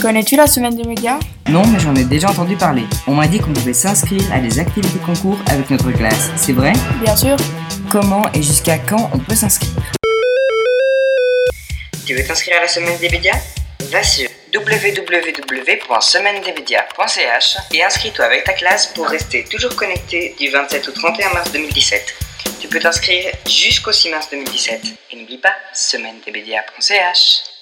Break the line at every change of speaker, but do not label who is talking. Connais-tu la semaine des médias
Non, mais j'en ai déjà entendu parler. On m'a dit qu'on pouvait s'inscrire à des activités concours avec notre classe. C'est vrai
Bien sûr.
Comment et jusqu'à quand on peut s'inscrire Tu veux t'inscrire à la semaine des médias Va sur www.semainedesmédias.ch et inscris-toi avec ta classe pour rester toujours connecté du 27 au 31 mars 2017. Tu peux t'inscrire jusqu'au 6 mars 2017. Et n'oublie pas, semainedesmédias.ch